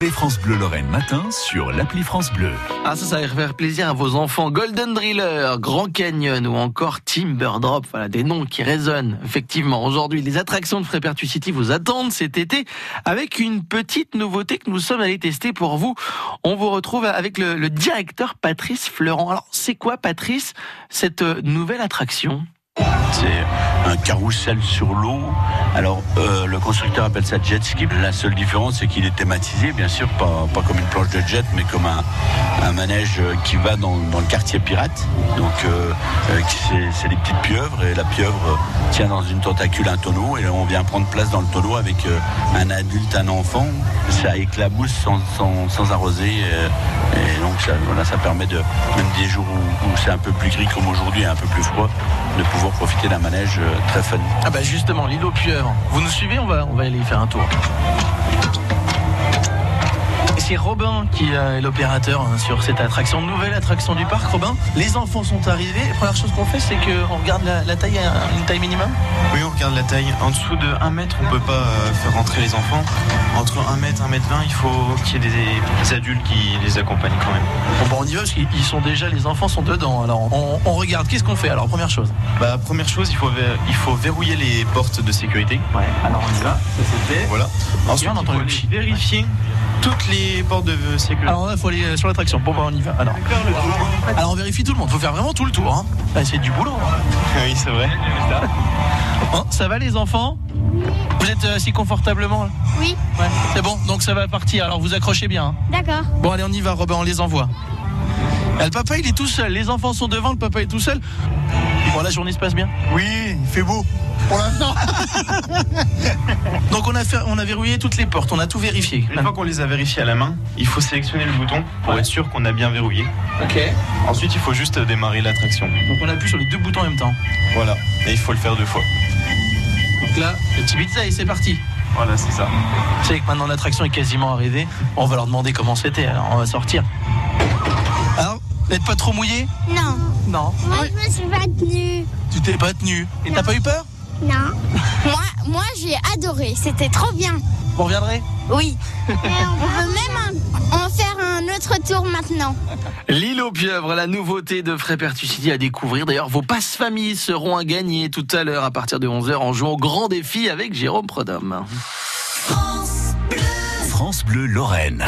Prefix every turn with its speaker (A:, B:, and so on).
A: Écoutez France Bleu Lorraine matin sur l'appli France Bleu.
B: Ah ça, ça va faire plaisir à vos enfants. Golden Driller, Grand Canyon ou encore Timber Drop, voilà des noms qui résonnent. Effectivement, aujourd'hui, les attractions de Frépertu City vous attendent cet été avec une petite nouveauté que nous sommes allés tester pour vous. On vous retrouve avec le, le directeur Patrice Fleurant. Alors, c'est quoi Patrice, cette euh, nouvelle attraction
C: C'est un carrousel sur l'eau. Alors, euh, le constructeur appelle ça jet ski. La seule différence, c'est qu'il est thématisé, bien sûr, pas, pas comme une planche de jet, mais comme un, un manège euh, qui va dans, dans le quartier pirate. Donc, euh, euh, qui- c'est- c'est des petites pieuvres, et la pieuvre euh, tient dans une tentacule un tonneau, et on vient prendre place dans le tonneau avec euh, un adulte, un enfant. Ça éclabousse sans, sans, sans arroser. euh, et donc, ça, voilà, ça permet de, même des jours où, où c'est un peu plus gris comme aujourd'hui, et un peu plus froid, de pouvoir profiter d'un manège euh, très fun.
B: Ah bah justement, l'île aux pieuvres. Vous nous suivez On va, on va aller y faire un tour. C'est Robin qui euh, est l'opérateur hein, sur cette attraction, nouvelle attraction du parc. Robin, les enfants sont arrivés. La première chose qu'on fait, c'est qu'on regarde la, la taille, à une taille minimum.
D: Oui, on regarde la taille. En dessous de 1 mètre, on peut pas euh, faire rentrer les enfants. Entre 1 mètre, 1 mètre 20, il faut qu'il y ait des, des adultes qui les accompagnent quand même.
B: Bon, bah, on y va parce qu'ils ils sont déjà, les enfants sont dedans. Alors on, on regarde, qu'est-ce qu'on fait Alors première chose.
D: Bah, première chose, il faut, ver- il faut verrouiller les portes de sécurité.
B: Ouais, alors on y va.
D: Voilà. Ensuite,
B: on
D: il
B: entend
D: faut
B: le
D: aller
B: pchit.
D: vérifier toutes les portes de sécurité.
B: Alors là, faut aller euh, sur l'attraction. Bon bah on y va. Alors, alors on vérifie tout le monde. Faut faire vraiment tout le tour. Hein. Bah, c'est du boulot. hein.
D: oui, c'est vrai.
B: Hein, ça va les enfants Vous êtes euh, assis confortablement là
E: Oui,
B: Ouais, c'est bon, donc ça va partir, alors vous accrochez bien. hein.
E: d'accord.
B: Bon allez on y va Robin, on les envoie. Ah, le papa il est tout seul, les enfants sont devant, le papa est tout seul. Bon la journée se passe bien.
F: Oui, il fait beau. Pour l'instant.
B: Donc on a, fait, on a verrouillé toutes les portes, on a tout vérifié.
D: Une fois qu'on les a vérifiés à la main, il faut sélectionner le bouton pour être sûr qu'on a bien verrouillé.
B: Ok.
D: Ensuite, il faut juste démarrer l'attraction.
B: Donc on appuie sur les deux boutons en même temps.
D: Voilà. Et il faut le faire deux fois.
B: Donc là, le petit pizza et c'est parti.
D: Voilà, c'est ça.
B: Vous savez que maintenant l'attraction est quasiment arrivée, on va leur demander comment c'était, alors on va sortir. Alors, vous n'êtes pas trop mouillé
E: Non,
B: Non.
E: moi je me suis pas tenue.
B: Tu t'es pas tenu. Et t'as pas eu peur
E: Non. Moi, moi j'ai adoré, c'était trop bien.
B: Vous reviendrez
E: Oui. Et on peut même en, en faire un autre tour maintenant.
B: L'île aux pieuvres, la nouveauté de Frépertu City à découvrir. D'ailleurs, vos passes familles seront à gagner tout à l'heure à partir de 11h en jouant au grand défi avec Jérôme Prodhomme.
A: France Bleu Lorraine.